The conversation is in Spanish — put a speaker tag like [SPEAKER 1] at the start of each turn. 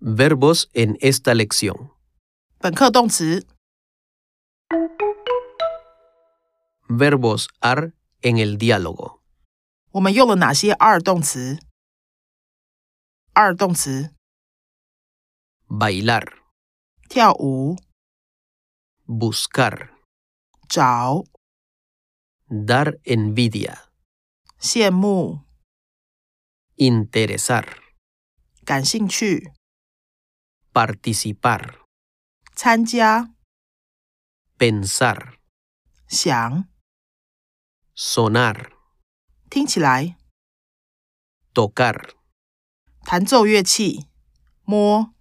[SPEAKER 1] verbos en esta lección.
[SPEAKER 2] 本课动词
[SPEAKER 1] Verbos are en el diálogo.
[SPEAKER 2] 我们用了哪些 are 动词？are 动词
[SPEAKER 1] Bailar,
[SPEAKER 2] 跳舞、
[SPEAKER 1] buscar,
[SPEAKER 2] 找、
[SPEAKER 1] dar envidia,
[SPEAKER 2] 羡慕、
[SPEAKER 1] interesar,
[SPEAKER 2] 感兴趣、
[SPEAKER 1] participar,
[SPEAKER 2] 参加、
[SPEAKER 1] pensar,
[SPEAKER 2] 想、
[SPEAKER 1] sonar,
[SPEAKER 2] 听起来、
[SPEAKER 1] tocar,
[SPEAKER 2] 弹奏乐器、摸、